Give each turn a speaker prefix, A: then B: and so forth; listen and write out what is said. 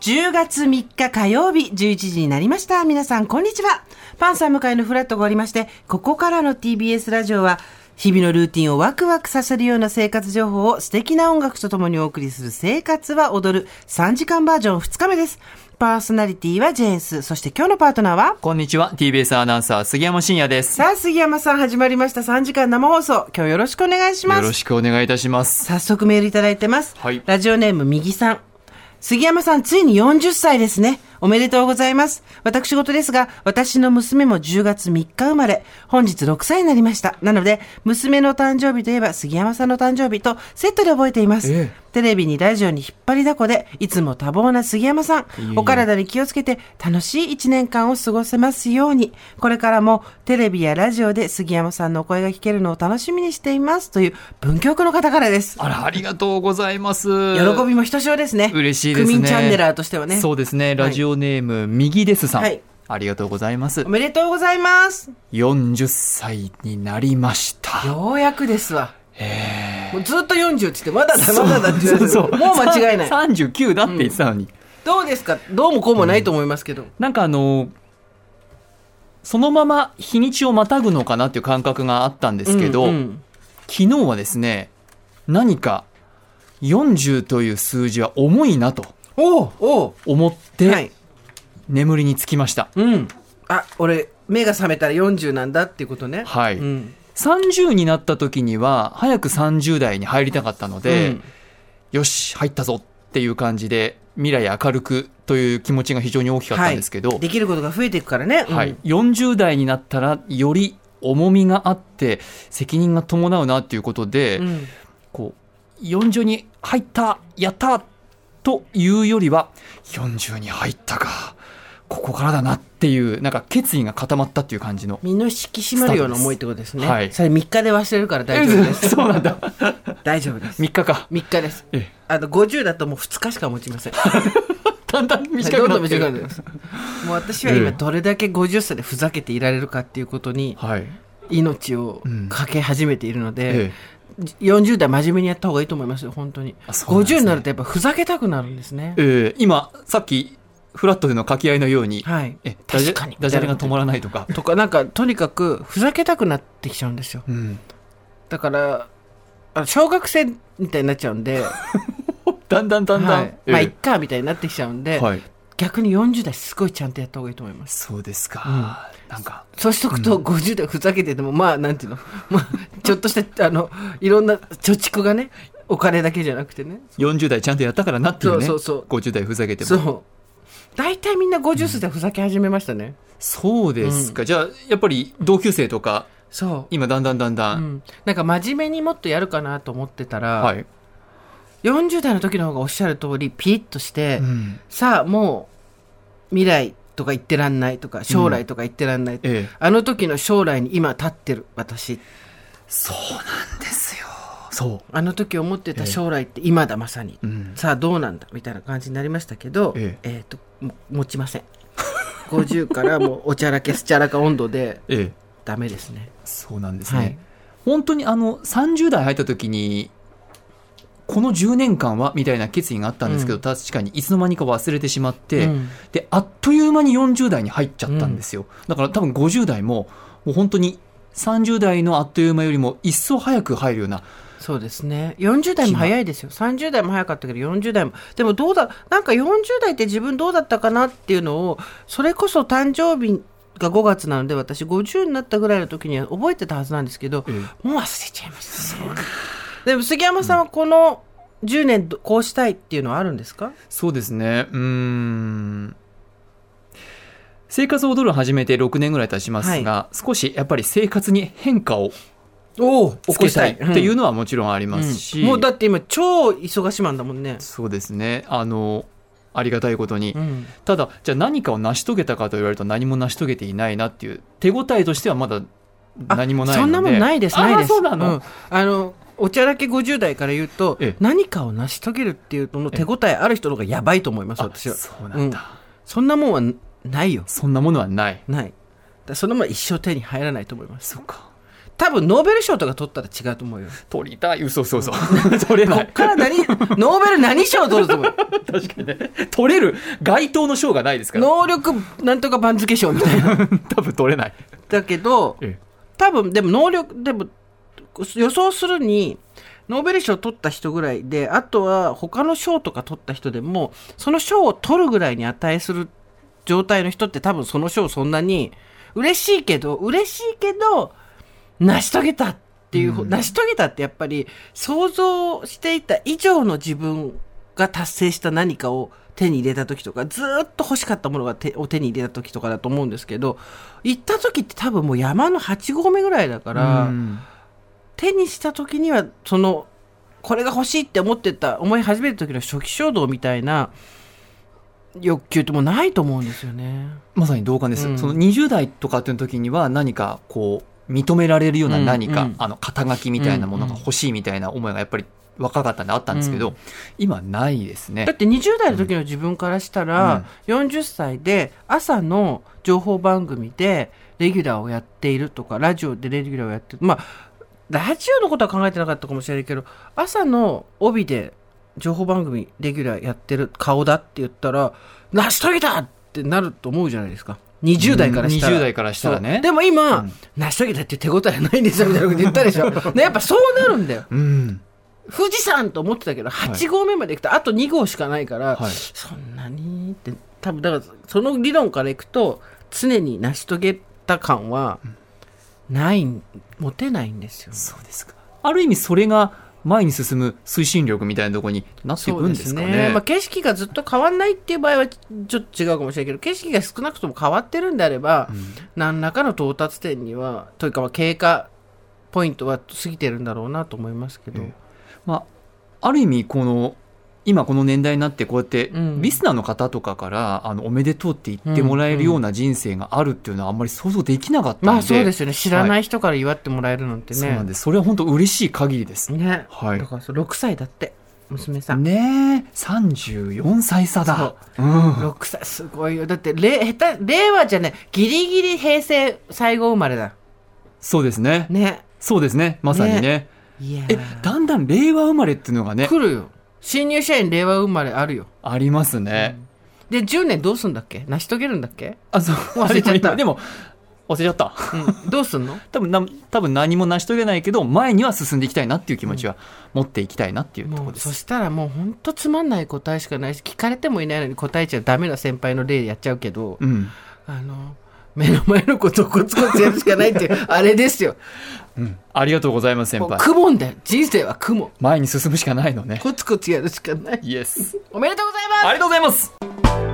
A: 10月3日火曜日11時になりました。皆さん、こんにちは。パンサー向かいのフラットがおりまして、ここからの TBS ラジオは、日々のルーティンをワクワクさせるような生活情報を素敵な音楽とともにお送りする生活は踊る3時間バージョン2日目です。パーソナリティはジェーンス。そして今日のパートナーは
B: こんにちは。TBS アナウンサー、杉山真也です。
A: さあ、杉山さん始まりました。3時間生放送。今日よろしくお願いします。
B: よろしくお願いいたします。
A: 早速メールいただいてます。
B: はい。
A: ラジオネーム右さん。杉山さん、ついに40歳ですね。おめでとうございます。私事ですが、私の娘も10月3日生まれ、本日6歳になりました。なので、娘の誕生日といえば杉山さんの誕生日とセットで覚えています。ええ、テレビにラジオに引っ張りだこで、いつも多忙な杉山さん、いいお体に気をつけて楽しい1年間を過ごせますように、これからもテレビやラジオで杉山さんのお声が聞けるのを楽しみにしていますという文京区の方からです。
B: あら、ありがとうございます。
A: 喜びもひとしおですね。
B: 嬉しいですね。
A: 区民チャンネラーとしてはね。
B: そうですね。ラジオ、はいオネーム右ですさん、
A: はい、
B: ありがとうございます
A: おめでとうございます
B: 40歳になりました
A: ようやくですわ
B: え
A: えー、もうずっと40っつってまだだまだだって言
B: そう
A: もう間違いない
B: 39だって言ってたのに、うん、
A: どうですかどうもこうもないと思いますけど、うん、
B: なんかあのそのまま日にちをまたぐのかなっていう感覚があったんですけど、うんうん、昨日はですね何か40という数字は重いなと
A: お
B: 思って、はい、眠りにつきました、
A: うん、あ俺目が覚めたら40なんだっていうことね
B: はい、うん、30になった時には早く30代に入りたかったので、うん、よし入ったぞっていう感じで未来明るくという気持ちが非常に大きかったんですけど、はい、
A: できることが増えていくからね、
B: うん、はい、40代になったらより重みがあって責任が伴うなっていうことで、うん、こう40に入ったやったというよりは40に入ったかここからだなっていうなんか決意が固まったっていう感じの
A: 身の引き締まるような思いってことですね、
B: はい、
A: それ3日で忘れるから大 丈夫です
B: そうなんだ
A: 大丈夫です
B: 3日か
A: 3日です あの50だともう2日しか持ちません
B: だんだん短くなってる、は
A: どんどん短くなっ
B: い、
A: てますもう私は今どれだけ50歳でふざけていられるかっていうことに命をかけ始めているので、はいうんええ40代真面目にやった方がいいと思いますよ本当に、ね、50になるとやっぱふざけたくなるんですね、
B: えー、今さっきフラットでの掛け合いのように、
A: はい、え
B: ダジャレが止まらないとか
A: とかなんかとにかくふざけたくなってきちゃうんですよ、
B: うん、
A: だからあ小学生みたいになっちゃうんで、
B: だんだんだんだん、はい
A: まあいっかみたいになってきちゃうんで、はい、逆に40代すごいちゃんとやった方がいいと思います
B: そうですか、うんなんか。
A: そうしとくと、50代ふざけてても、うん、まあ、なんていうの、 まあ、ちょっとした、あの、いろんな貯蓄がね、お金だけじゃなくてね。
B: 40代ちゃんとやったからなっていうね。
A: そうそうそう。50
B: 代ふざけても。
A: そう。大体みんな50歳でふざけ始めましたね。うん、
B: そうですか。うん、じゃあ、やっぱり同級生とか、
A: そう。
B: 今、だんだんだんだん,、
A: なんか真面目にもっとやるかなと思ってたら、
B: はい。
A: 40代の時の方がおっしゃる通り、ピリッとして、さあ、もう、未来、とか言ってらんないとか将来とか言ってらんない、うん
B: ええ、
A: あの時の将来に今立ってる私
B: そうなんですよそう
A: あの時思ってた将来って今だまさに、
B: えうん、
A: さあどうなんだみたいな感じになりましたけど、えっ、えー、と持ちません50からもうおちゃらけすちゃらか温度で、
B: え
A: ダメですね
B: そうなんですね、はい、本当にあの30代入った時にこの10年間はみたいな決意があったんですけど、うん、確かにいつの間にか忘れてしまって、うん、であっという間に40代に入っちゃったんですよ、だから多分50代ももう本当に30代のあっという間よりも一層早く入るような
A: そうですね40代も早いですよ30代も早かったけど40代もでもどうだなんか40代って自分どうだったかなっていうのをそれこそ誕生日が5月なので私50になったぐらいの時には覚えてたはずなんですけど、うん、もう忘れちゃいました、ね、でも杉山さんはこの10年こうしたいっていうのはあるんですか、うん、
B: そうですねうん生活を踊る始めて6年ぐらい経ちますが、はい、少しやっぱり生活に変化を起こしたいっていうのはもちろんありますし、
A: うんうん、もうだって今超忙しマンだもんね
B: そうですねあのありがたいことに、ただじゃあ何かを成し遂げたかと言われると何も成し遂げていないなっていう手応えとしてはまだ何もない
A: そんなもんないですないです
B: そうなの、
A: あのおちゃらけ50代から言うと、ええ、何かを成し遂げるっていうのの手応えある人の方がやばいと思います、私は。
B: そうなんだ、うん、
A: そんなもんはないよ。
B: そんなものはない。
A: ない。だそんなもん一生手に入らないと思います。
B: そうか。
A: 多分ノーベル賞とか取ったら違うと思うよ。
B: 取りたい嘘嘘嘘 取れ
A: こ
B: な
A: っ
B: い
A: から 何、ノーベル何賞取ると思うよ
B: 確かにね取れる該当の賞がないですから
A: 能力なんとか番付賞みたいな。
B: 多分取れない
A: だけど、
B: え
A: 多分でも能力、でも予想するに、ノーベル賞取った人ぐらいで、あとは他の賞とか取った人でも、その賞を取るぐらいに値する状態の人って多分その賞そんなに、嬉しいけど、嬉しいけど、成し遂げたっていう、
B: うん
A: 成し遂げたってやっぱり想像していた以上の自分が達成した何かを手に入れた時とかずーっと欲しかったものが手を手に入れた時とかだと思うんですけど行った時って多分もう山の8合目ぐらいだか、
B: から
A: 手にした時にはそのこれが欲しいって思ってた思い始めた時の初期衝動みたいな欲求ってもうないと思うんですよね。
B: まさに同感です、
A: うん
B: その20代とかっていう時には何かこう認められるような何か、
A: うんうん
B: あの肩書きみたいなものが欲しいみたいな思いがやっぱり若かったんであったんですけど、今ないですね
A: だって20代の時の自分からしたら、40歳で朝の情報番組でレギュラーをやっているとかラジオでレギュラーをやってまあラジオのことは考えてなかったかもしれないけど朝の帯で情報番組レギュラーやってる顔だって言ったら成し遂げたってなると思うじゃないですか20代からしたら。
B: うん20代からしたら
A: そう
B: ね
A: でも今、
B: うん
A: 成し遂げたっていう手応えはないんですよみたいなこと言ったで しょ、ね、やっぱそうなるんだよ
B: うん
A: 富士山と思ってたけど
B: い
A: 8合目まで行くとあと2合しかないから、
B: はい
A: そんなにって多分だからその理論からいくと常に成し遂げた感はない持てないんですよ
B: そうですかある意味それが前に進む推進力みたいなところになっていくんですかね
A: まあ、景色がずっと変わんないっていう場合はちょっと違うかもしれないけど景色が少なくとも変わってるんであれば、何らかの到達点にはというかまあ経過ポイントは過ぎてるんだろうなと思いますけど、
B: えまあ、ある意味この今この年代になってこうやって
A: うん
B: リスナーの方とかから、あのおめでとうって言ってもらえるような人生があるっていうのはあんまり想像できなかったんで、
A: まあそうですよね知ら
B: は
A: ないい人から祝ってもらえるなんてね、
B: そうなんですそれは本当嬉しい限りです
A: ね、
B: はい
A: だからそう6歳だって娘さん、
B: ねえ34歳差だうん
A: 6歳すごいよだってれ下手令和じゃないギリギリ平成最後生まれだ
B: そうですね
A: ね
B: そうですねまさにね
A: いや
B: え
A: ー
B: だんだん令和生まれっていうのがね
A: 来るよ新入社員令和生まれあるよ
B: ありますね、
A: で10年どうすんだっけ成し遂げるんだっけ、
B: あそう
A: 忘れちゃった
B: でも忘れちゃった
A: うん、どうすん の
B: 多分な多分何も成し遂げないけど前には進んでいきたいなっていう気持ちは持っていきたいなっていうとこ
A: も
B: ろ
A: う
B: です、
A: そしたらもうほんとつまんない答えしかないし聞かれてもいないのに答えちゃダメな先輩の例やっちゃうけど、
B: うん
A: あの目の前のことをコツコツやるしかない っていうあれですよ
B: うん、ありがとうございます先
A: もう
B: 輩
A: 雲だよ人生は雲
B: 前に進むしかないのね
A: コツコツやるしかない
B: イエス
A: おめでとうございます
B: ありがとうございます